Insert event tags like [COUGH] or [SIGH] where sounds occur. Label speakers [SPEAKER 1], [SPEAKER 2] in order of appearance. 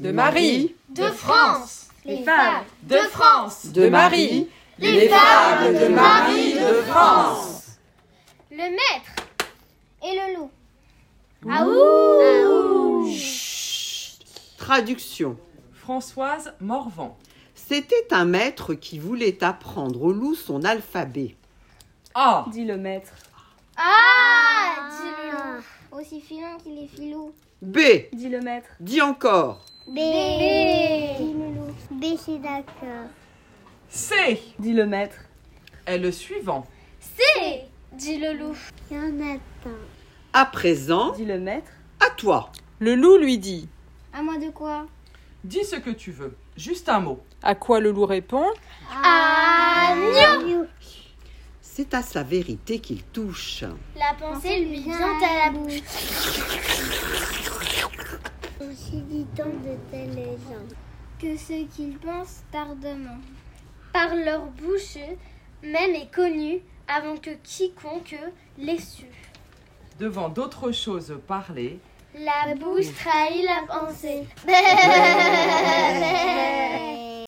[SPEAKER 1] de Marie,
[SPEAKER 2] de France, les femmes de France,
[SPEAKER 1] de Marie, les fables de Marie de France.
[SPEAKER 3] Le maître et le loup.
[SPEAKER 2] Aouh
[SPEAKER 4] Traduction.
[SPEAKER 5] Françoise Morvan.
[SPEAKER 4] C'était un maître qui voulait apprendre au loup son alphabet.
[SPEAKER 5] A.
[SPEAKER 6] dit le maître.
[SPEAKER 3] Ah, dit le loup. Aussi filin qu'il est filou.
[SPEAKER 4] B.
[SPEAKER 6] Dit le maître.
[SPEAKER 4] Dis encore.
[SPEAKER 3] B, dit le loup. B, c'est d'accord.
[SPEAKER 5] C.
[SPEAKER 6] Dit le maître.
[SPEAKER 5] Est le suivant.
[SPEAKER 2] C, dit le loup.
[SPEAKER 3] Il y en a un.
[SPEAKER 4] À présent,
[SPEAKER 6] Dit le maître.
[SPEAKER 4] à toi.
[SPEAKER 1] Le loup lui dit.
[SPEAKER 3] À moi de quoi
[SPEAKER 5] Dis ce que tu veux. Juste un mot.
[SPEAKER 1] À quoi le loup répond
[SPEAKER 2] Ah.
[SPEAKER 3] Agneau
[SPEAKER 4] C'est à sa vérité qu'il touche.
[SPEAKER 2] La pensée lui vient à la bouche.
[SPEAKER 3] On s'y dit tant de telles gens que ce qu'ils pensent tardement.
[SPEAKER 2] Par leur bouche, même est connue avant que quiconque l'ait su.
[SPEAKER 5] Devant d'autres choses parler.
[SPEAKER 2] [LAUGHS] La bouche trahit la pensée.